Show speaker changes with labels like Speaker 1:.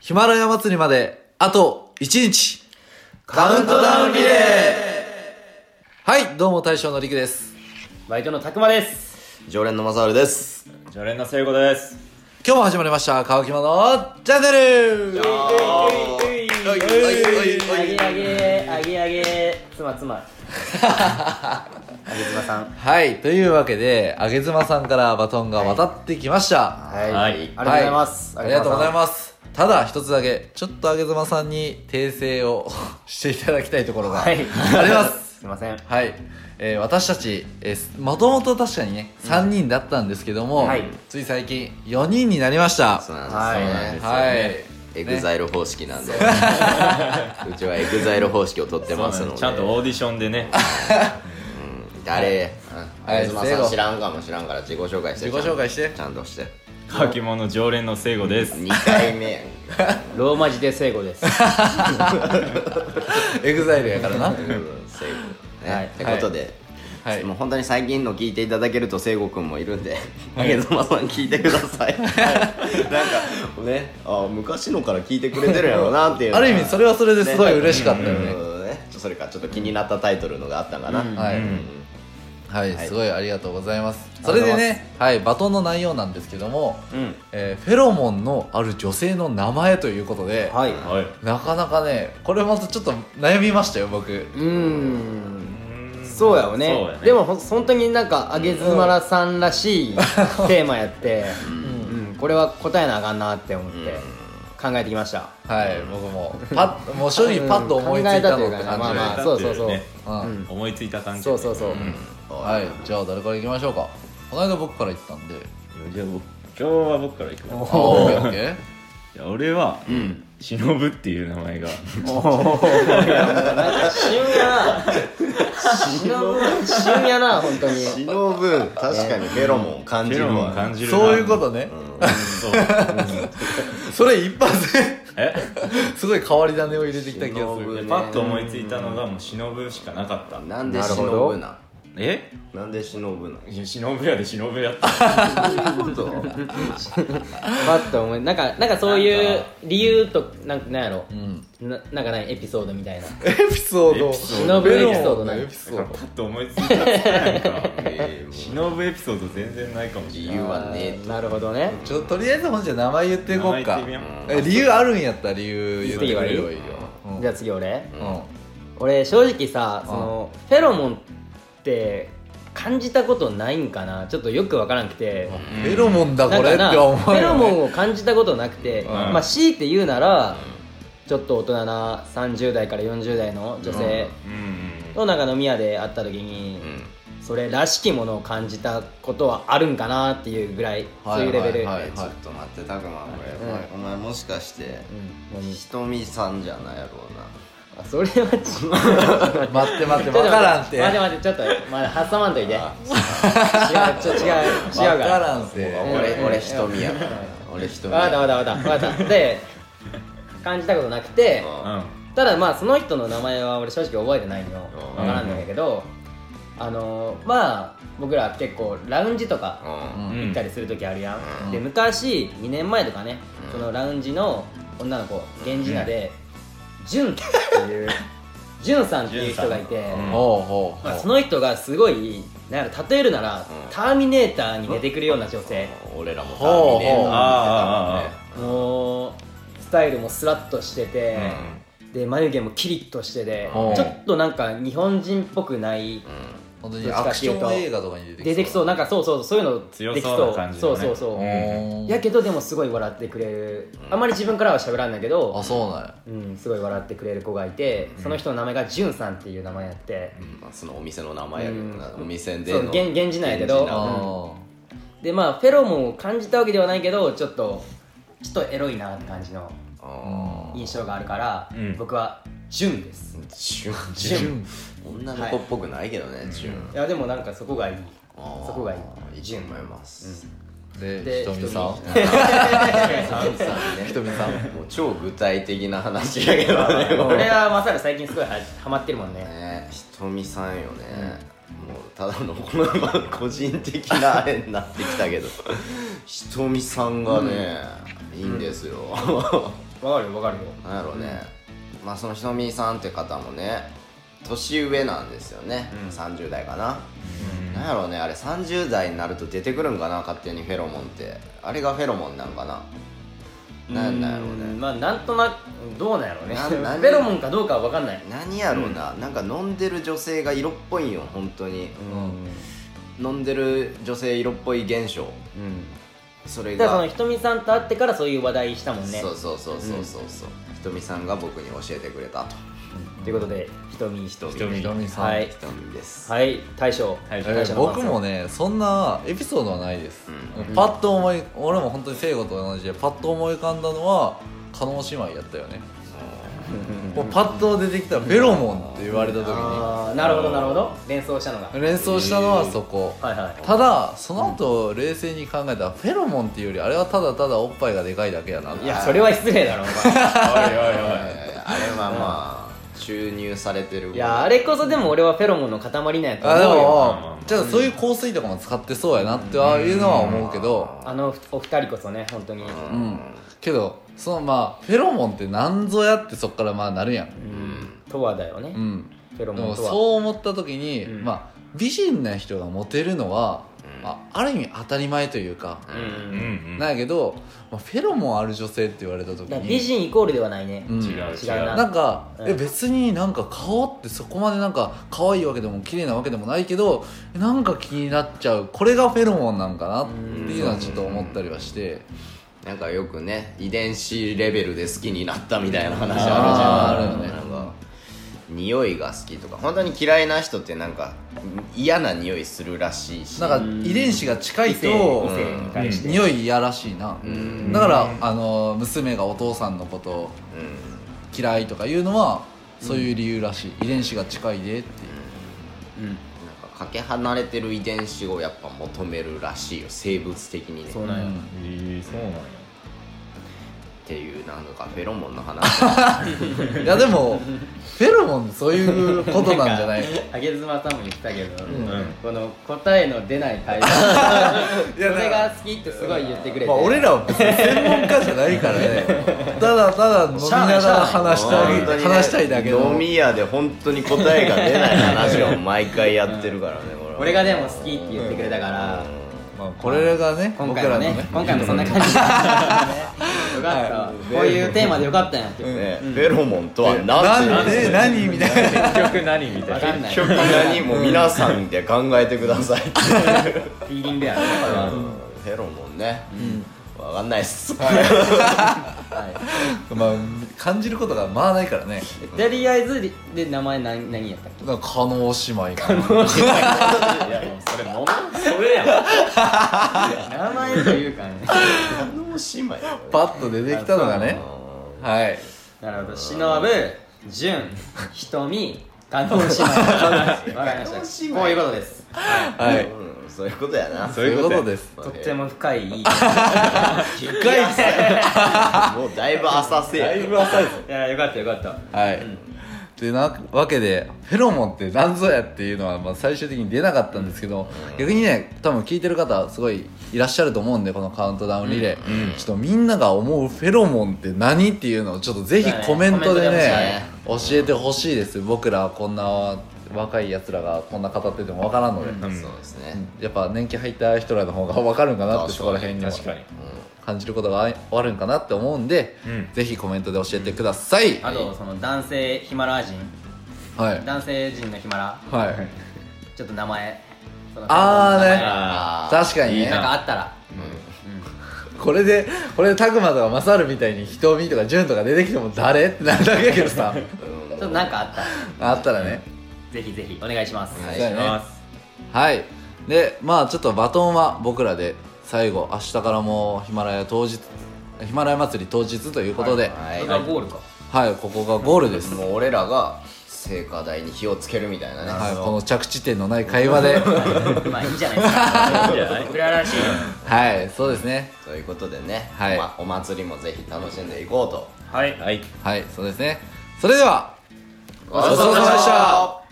Speaker 1: ヒマラヤ祭りまで、あと1日
Speaker 2: カウントダウンリレ
Speaker 1: はい、どうも大将のりくです。
Speaker 2: ーバイトのたくまです
Speaker 3: 常連のマサールです
Speaker 2: 常連の聖子です
Speaker 1: 今日も始まりました、乾きまのチャンネル
Speaker 3: おいおいおい
Speaker 2: あげあげあげあげ妻妻あげ妻さん
Speaker 1: はい、というわけで、あげずまさんからバトンが渡ってきました。
Speaker 2: はい
Speaker 3: はい
Speaker 2: ありがとうございます
Speaker 1: はありがとうござい
Speaker 2: す
Speaker 1: ます。ただ一つだけ、ちょっとあげずまさんに訂正を していただきたいところがあ
Speaker 2: はい
Speaker 1: ります。
Speaker 2: すいません
Speaker 1: はい、えー私たち、えー、もともと確かにね3人だったんですけども、
Speaker 2: はい
Speaker 1: つい最近4人になりました
Speaker 3: そう
Speaker 2: はい
Speaker 3: なんですよね
Speaker 1: はい、
Speaker 3: エグザイル方式なん でうちはエグザイル方式を取ってますので
Speaker 4: ちゃんとオーディションでね
Speaker 3: 誰
Speaker 1: はい
Speaker 3: あずま
Speaker 1: せー
Speaker 3: さ
Speaker 1: の
Speaker 3: ん知らんかも知らんから自己紹介して
Speaker 1: 自己紹介して
Speaker 3: ちゃんとして
Speaker 4: 乾き物常連の聖子です
Speaker 3: 2回目やん
Speaker 2: ローマ字で聖子です
Speaker 1: エグザイルやからな
Speaker 3: うんセイゴ
Speaker 2: はい
Speaker 3: ねってことで
Speaker 1: はい
Speaker 3: もう本当に最近の聞いていただけると聖子くんもいるんで、あげずまさん聞いてくだ さい。なんかね、あ昔のから聞いてくれてるやろうなっていうの
Speaker 1: あ
Speaker 3: は。
Speaker 1: る意味それはそれですごい嬉しかったよね
Speaker 3: なるほどねちょそれかちょっと気になったタイトルのがあったんかな、
Speaker 2: うん
Speaker 1: はい、はい、すごいありがとうございます。それでね、はい、バトンの内容なんですけども、
Speaker 2: うん
Speaker 1: えーフェロモンのある女性の名前ということで、
Speaker 2: はい
Speaker 4: はい
Speaker 1: なかなかね、これまたちょっと悩みましたよ、僕。
Speaker 2: うーんそうやよね
Speaker 4: そうやね
Speaker 2: でもほん本当になんかあげずまらさんらしいテーマやって、うんこれは答えなあかんなって思って考えてきました
Speaker 1: はい、僕も、パッ、もう正直パッと思いついたのって感じで。
Speaker 2: うん考えたというかねまあまあ
Speaker 4: そうだったって
Speaker 2: そ
Speaker 4: い
Speaker 2: うそう
Speaker 1: うん
Speaker 2: うん
Speaker 4: 思いついた感じ
Speaker 2: そうそうそう、
Speaker 1: はい、じゃあ誰から行きましょうか。この間僕から行ったんで。
Speaker 4: じゃあ僕今日は僕からいくわ
Speaker 1: おー、オッケー
Speaker 4: いや俺は忍っていう名前が
Speaker 2: 旬やな旬やな本当に
Speaker 3: しのぶ確かにフェロモン感
Speaker 4: フ
Speaker 3: じ
Speaker 4: ェ
Speaker 3: る
Speaker 4: ロモ
Speaker 3: わ
Speaker 4: ン感じるな
Speaker 1: そういうことね。
Speaker 4: そう
Speaker 1: それ一発で
Speaker 4: え
Speaker 1: すごい変わり種を入れてきた気がする。
Speaker 3: 忍ね
Speaker 4: パッと思いついたのがもう忍しかなかった
Speaker 3: なんで
Speaker 2: なる
Speaker 3: し
Speaker 2: ほど
Speaker 3: のぶなん
Speaker 4: え
Speaker 3: なんでしのぶなん
Speaker 4: いや忍やで忍やった
Speaker 2: パッと思いなんかなんかそういう理由となんかなんやろ、ななんかないエピソードみたいな
Speaker 1: エピソード。
Speaker 4: エピソー
Speaker 2: ド
Speaker 1: フェロモンの
Speaker 2: エピソードない
Speaker 1: エピソー
Speaker 4: パ
Speaker 1: ド。
Speaker 4: ッと思いついたっつったやんか
Speaker 3: えー
Speaker 4: 忍エピソード全然ないかもしれ
Speaker 3: 理
Speaker 4: ない
Speaker 3: 由はねえと
Speaker 2: なるほどね
Speaker 1: ちょっととりあえず本じゃ名前言っていこっ
Speaker 4: 名前言っ
Speaker 1: か
Speaker 4: てみよ
Speaker 1: え理由あるんやったら理由言ってくれればいいよ
Speaker 2: 言
Speaker 1: うん
Speaker 2: じゃあ次俺、
Speaker 1: うん
Speaker 2: 俺正直さそのフェロモンって感じたことないんかなちょっとよくわからなくて
Speaker 1: フェロモンだ
Speaker 2: なん
Speaker 1: これ
Speaker 2: か
Speaker 1: って
Speaker 2: な
Speaker 1: 思うよね
Speaker 2: フェロモンを感じたことなくて、まあ強いて言うならちょっと大人な30代から40代の女性
Speaker 4: うんうん
Speaker 2: となんか飲み屋で会った時に、それらしきものを感じたことはあるんかなっていうぐらい、
Speaker 1: はい
Speaker 2: そういうレベル、
Speaker 1: はいはい
Speaker 3: ちょっと待ってたくまこれ、
Speaker 2: は
Speaker 3: お前お前もしかして、
Speaker 2: うん何
Speaker 3: ひとみさんじゃないやろうな
Speaker 2: あそれは違う ちょっ
Speaker 1: 待って待って分
Speaker 2: と待って
Speaker 1: からんて
Speaker 2: 待って
Speaker 1: 分
Speaker 2: 待ってちょっとまだ挟まんといて違うちょ っと違う違
Speaker 1: か
Speaker 2: うから
Speaker 1: らんて
Speaker 2: ん
Speaker 3: 俺俺ひとみやから俺ひとみ
Speaker 2: わかった
Speaker 3: や
Speaker 2: わかったわかったわかったで感じたことなくて
Speaker 4: うん
Speaker 2: ただまあその人の名前は俺正直覚えてないのわからんのやけど、あのまあ僕ら結構ラウンジとか
Speaker 3: うん
Speaker 4: うん
Speaker 2: 行ったりする時あるやん、
Speaker 1: うん
Speaker 2: で昔2年前とかね、そのラウンジの女の子源氏名で、ジュンって いうジュンさんっていう人がいて、
Speaker 3: ん
Speaker 1: ほうほう
Speaker 2: まあ、そ
Speaker 1: ほう
Speaker 2: の人がすごいなんやろ例えるなら、ターミネーターに出てくるような女性、
Speaker 3: 俺らもターミネーター見てたもんね
Speaker 2: もうスタイルもスラッとしてて、で眉毛もキリッとしてて、
Speaker 1: うん
Speaker 2: ちょっとなんか日本人っぽくない、
Speaker 1: 本当にアクション映画とかに出てきそう
Speaker 2: 出てきそうなんかそうそうそういうの
Speaker 4: 強
Speaker 2: でき
Speaker 4: そう
Speaker 2: そ
Speaker 4: な
Speaker 2: う
Speaker 4: 感じ
Speaker 2: そ
Speaker 4: の
Speaker 2: う
Speaker 4: ね
Speaker 2: そうそう、
Speaker 1: うーん
Speaker 2: やけどでもすごい笑ってくれる、あまり自分からは喋らんだけ
Speaker 1: あ
Speaker 2: ど、
Speaker 1: そうなんや
Speaker 2: うん、すごい笑ってくれる子がいて、その人の名前がジュンさんっていう名前やって、
Speaker 3: うんまあそのお店の名前やけどな、
Speaker 2: うん
Speaker 3: お店で
Speaker 2: そう
Speaker 3: の
Speaker 2: 源源氏なんやけど
Speaker 3: 源氏なんや
Speaker 1: あ
Speaker 2: でまあフェロモンを感じたわけではないけどちょっとちょっとエロいなって感じの
Speaker 3: あ
Speaker 2: 印象があるから、
Speaker 4: うん
Speaker 2: 僕はジュンです、
Speaker 3: ージュン
Speaker 1: ジュン
Speaker 3: 女の子っぽくないけどね、ジュン
Speaker 2: いやでもなんかそこがいい
Speaker 3: あー
Speaker 2: そこがいい
Speaker 3: いいと思います、
Speaker 1: でひとみさん ひとみさん
Speaker 3: もう超具体的な話やけどねこ
Speaker 2: 俺
Speaker 3: れ
Speaker 2: はまさる最近すごいはハマってるもんね
Speaker 3: ねひとみさんよね、もうただのこの個人的なあれになってきたけどひとみさんがね、いいんですよ、
Speaker 2: わかるよわかるよ
Speaker 3: なんやろうね、まあそのひとみさんって方もね年上なんですよね、
Speaker 4: うん
Speaker 3: 30代かな、なんやろうねあれ30代になると出てくるんかな勝手にフェロモンってあれがフェロモンなんかななんなんやろうね
Speaker 2: まあなんとなくどうなんやろうね
Speaker 3: な何
Speaker 2: ベロモンかどうかは分かんない
Speaker 3: 何やろうな、なんか飲んでる女性が色っぽいんよ本当に、
Speaker 1: う
Speaker 3: 飲んでる女性色っぽい現象それ
Speaker 2: だからそ
Speaker 3: が、
Speaker 2: のひとみさんと会ってからそういう話題したもんね
Speaker 3: そうそうそうそうそうそうひとみさんが僕に教えてくれたと
Speaker 2: ということでひとみひと
Speaker 4: ひとみ
Speaker 1: ひとみさん、
Speaker 2: はい
Speaker 3: ひとみです、
Speaker 2: はい大将
Speaker 4: 大
Speaker 1: え
Speaker 4: 将
Speaker 1: ー僕もねそんなエピソードはないです、
Speaker 3: う
Speaker 1: パッと思い俺も本当に聖子と同じでパッと思い浮かんだのは加納姉妹やったよねもうパッと出てきたらベロモンって言われた時に
Speaker 2: ああなるほどなるほど連想したのが
Speaker 1: 連想したのはそこ、
Speaker 2: はいはい
Speaker 1: ただその後冷静に考えたらフェロモンっていうよりあれはただただおっぱいがでかいだけやない
Speaker 2: やそれは失礼だろお前
Speaker 3: えーあれはまあ注入されてる
Speaker 2: いやあれこそでも俺はフェロモンの塊なんやと
Speaker 1: あ
Speaker 2: 思
Speaker 1: で
Speaker 2: うよ
Speaker 1: もじゃあそういう香水とかも使ってそうやなってああいうのは思うけど
Speaker 2: あのお二人こそね本当に
Speaker 1: うん、けどそのまあフェロモンって何ぞやってそっからまあなるやん
Speaker 2: とはだよね
Speaker 1: うん
Speaker 2: フェロ
Speaker 1: で
Speaker 2: モン
Speaker 1: も
Speaker 2: とは
Speaker 1: そう思った時に、
Speaker 2: うん
Speaker 1: まあ美人な人がモテるのは、まあ、ある意味当たり前というか、
Speaker 2: うんうん
Speaker 4: うんうん
Speaker 1: なんやけど、まあ、フェロモンある女性って言われた時
Speaker 2: だから
Speaker 1: に
Speaker 2: 美人イコールではないね
Speaker 1: うん
Speaker 4: 違う違う
Speaker 2: 違うな
Speaker 1: なんか、
Speaker 2: うん
Speaker 1: え別になんか顔ってそこまでなんか可愛いわけでも綺麗なわけでもないけどなんか気になっちゃうこれがフェロモンなんかなっていうのはちょっと思ったりはして
Speaker 3: なんかよくね遺伝子レベルで好きになったみたいな話
Speaker 1: あ
Speaker 3: ある
Speaker 1: ーある
Speaker 3: じゃん
Speaker 1: よね
Speaker 3: なんか匂いが好きとか本当に嫌いな人ってなんか嫌な匂いするらしいし
Speaker 1: なんか遺伝子が近い
Speaker 2: 異性
Speaker 1: と
Speaker 2: 異性に対して
Speaker 1: 匂い嫌らしいなだからあの娘がお父さんのことを嫌いとかいうのはそういう理由らしい遺伝子が近いでって
Speaker 3: なんかかけ離れてる遺伝子をやっぱ求めるらしいよ生物的にね
Speaker 2: そう
Speaker 3: っ
Speaker 2: なんや
Speaker 4: えーそうなんや
Speaker 3: ていうなんかフェロモンの話
Speaker 1: いういやでもフェロモンってそういうことなんじゃ ない
Speaker 2: あげずまさんも言ってたけど、
Speaker 4: ん
Speaker 2: この答えの出ない対応 そ
Speaker 1: や
Speaker 2: れが好きってすごい言ってくれて、
Speaker 1: まあ、俺らは別に専門家じゃないから ねただただ飲みながら 話したい
Speaker 3: 本当にね
Speaker 1: 話したいだけの
Speaker 3: 飲み屋で本当に答えが出ない話 を毎回やってるからね俺は
Speaker 2: 俺がでも好きって言ってくれたから、
Speaker 1: まあこれがね
Speaker 2: 今
Speaker 1: 僕
Speaker 2: 回も
Speaker 1: らの
Speaker 2: ね
Speaker 1: ね
Speaker 2: 今回もそんな感じよかった、こういうテーマでよかったんやって
Speaker 3: ねフェロモンとは
Speaker 1: なん
Speaker 3: 何て
Speaker 1: で何みたいな
Speaker 4: 結局何みた
Speaker 2: わ
Speaker 4: いな
Speaker 2: かんないフ
Speaker 3: 極何も皆さんで考えてくださいって
Speaker 2: ィーリングやねこれは、
Speaker 3: フェロモンね、わかんないっす、
Speaker 2: は
Speaker 1: まあ感じることがまあないからね
Speaker 2: い、とりあえずで名前何何やったっ
Speaker 1: だから加納姉妹かな
Speaker 4: ないやでもそれもそれやん
Speaker 2: け名前というかね
Speaker 3: あの姉妹だよね
Speaker 1: パッと出てきたのがねはい
Speaker 2: なるほど忍純瞳加納姉妹わかりましたこういうことです
Speaker 1: はい
Speaker 3: うんそういうことやな
Speaker 4: そういうことや
Speaker 1: です
Speaker 2: とっても深い いい
Speaker 3: 深いっすもうだいぶ浅瀬や
Speaker 1: 浅いぞ
Speaker 2: いやよかったよかった
Speaker 1: はいてなわけでフェロモンって何ぞやっていうのはまあ最終的に出なかったんですけど、逆にね多分聞いてる方すごいいらっしゃると思うんでこのカウントダウンリレー、ちょっとみんなが思うフェロモンって何っていうのをちょっとぜひコメントでね
Speaker 2: そうだね
Speaker 1: 教えてほしいです僕らはこんな若いやつらがこんな語っててもわからんので、
Speaker 4: うん
Speaker 3: そうですね、
Speaker 1: やっぱ年季入った人らの方がわかるんかなって
Speaker 3: 確かに
Speaker 1: そこら辺には
Speaker 4: 確かに
Speaker 1: 感じることがあるんかなって思うんで、
Speaker 4: うん
Speaker 1: ぜひコメントで教えてください、
Speaker 2: あとその男性ヒマラヤ人
Speaker 1: はい
Speaker 2: 男性人のヒマラ
Speaker 1: はい
Speaker 2: ちょっと名前その
Speaker 1: あーね
Speaker 4: あ
Speaker 1: 確かに
Speaker 2: 名前
Speaker 1: ね
Speaker 2: なんかあったら
Speaker 1: これでこれで拓磨とか勝るみたいに瞳とか潤とか出てきても誰ってなるだけやけどさ
Speaker 2: ちょっとなんかあったら
Speaker 1: あったらね
Speaker 2: ぜひぜひお願いします
Speaker 1: は
Speaker 2: はい
Speaker 1: そ
Speaker 2: い
Speaker 1: うや
Speaker 4: ー
Speaker 1: ね
Speaker 4: ます
Speaker 1: はいでまあちょっとバトンは僕らで最後明日からもうヒマラヤ当日ヒマラヤ祭り当日ということで、は
Speaker 3: はい
Speaker 2: これがゴールか
Speaker 1: いここがゴールです、
Speaker 3: もう俺らが聖火台に火をつけるみたいなね、
Speaker 1: はい、この着地点のない会話で
Speaker 2: まあいいじゃないですか
Speaker 4: いいんじゃない
Speaker 2: 僕ららしいよ
Speaker 1: はいそうですね
Speaker 3: ということでね、
Speaker 1: はい
Speaker 3: まお祭りもぜひ楽しんでいこうと
Speaker 4: はいはい
Speaker 1: はいそうですねそれでは
Speaker 3: ご
Speaker 1: ちそうさまでした